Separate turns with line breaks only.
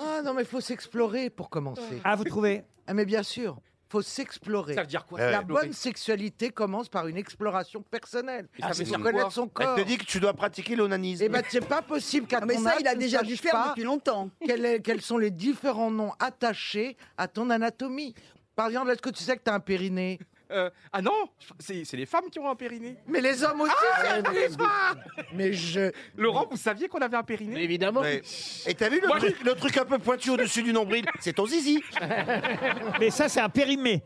Ah, mais il faut s'explorer pour commencer.
Ah, vous trouvez
Ah, mais bien sûr. Faut s'explorer.
Ça veut dire quoi,
La
s'explorer
bonne sexualité commence par une exploration personnelle.
Et ça veut
Il faut
dire
connaître
quoi
son
Elle
corps.
te dit que tu dois pratiquer l'onanisme.
Eh ben, c'est pas possible qu'à
Ah, mais
ton
ça,
âge,
il a
tu ne
déjà dû
saches
faire
pas
depuis longtemps.
quel est- quels sont les différents noms attachés à ton anatomie. Par exemple, est-ce que tu sais que tu as un périnée
Euh, Ah non C'est c'est les femmes qui ont un périnée.
Mais les hommes aussi c'est- Ah, Mais je...
Laurent, vous saviez qu'on avait un périnée
Évidemment.
Ouais. Et t'as vu le,
Moi,
truc, le truc un peu pointu au-dessus du nombril C'est ton zizi.
Mais ça, c'est un périmé.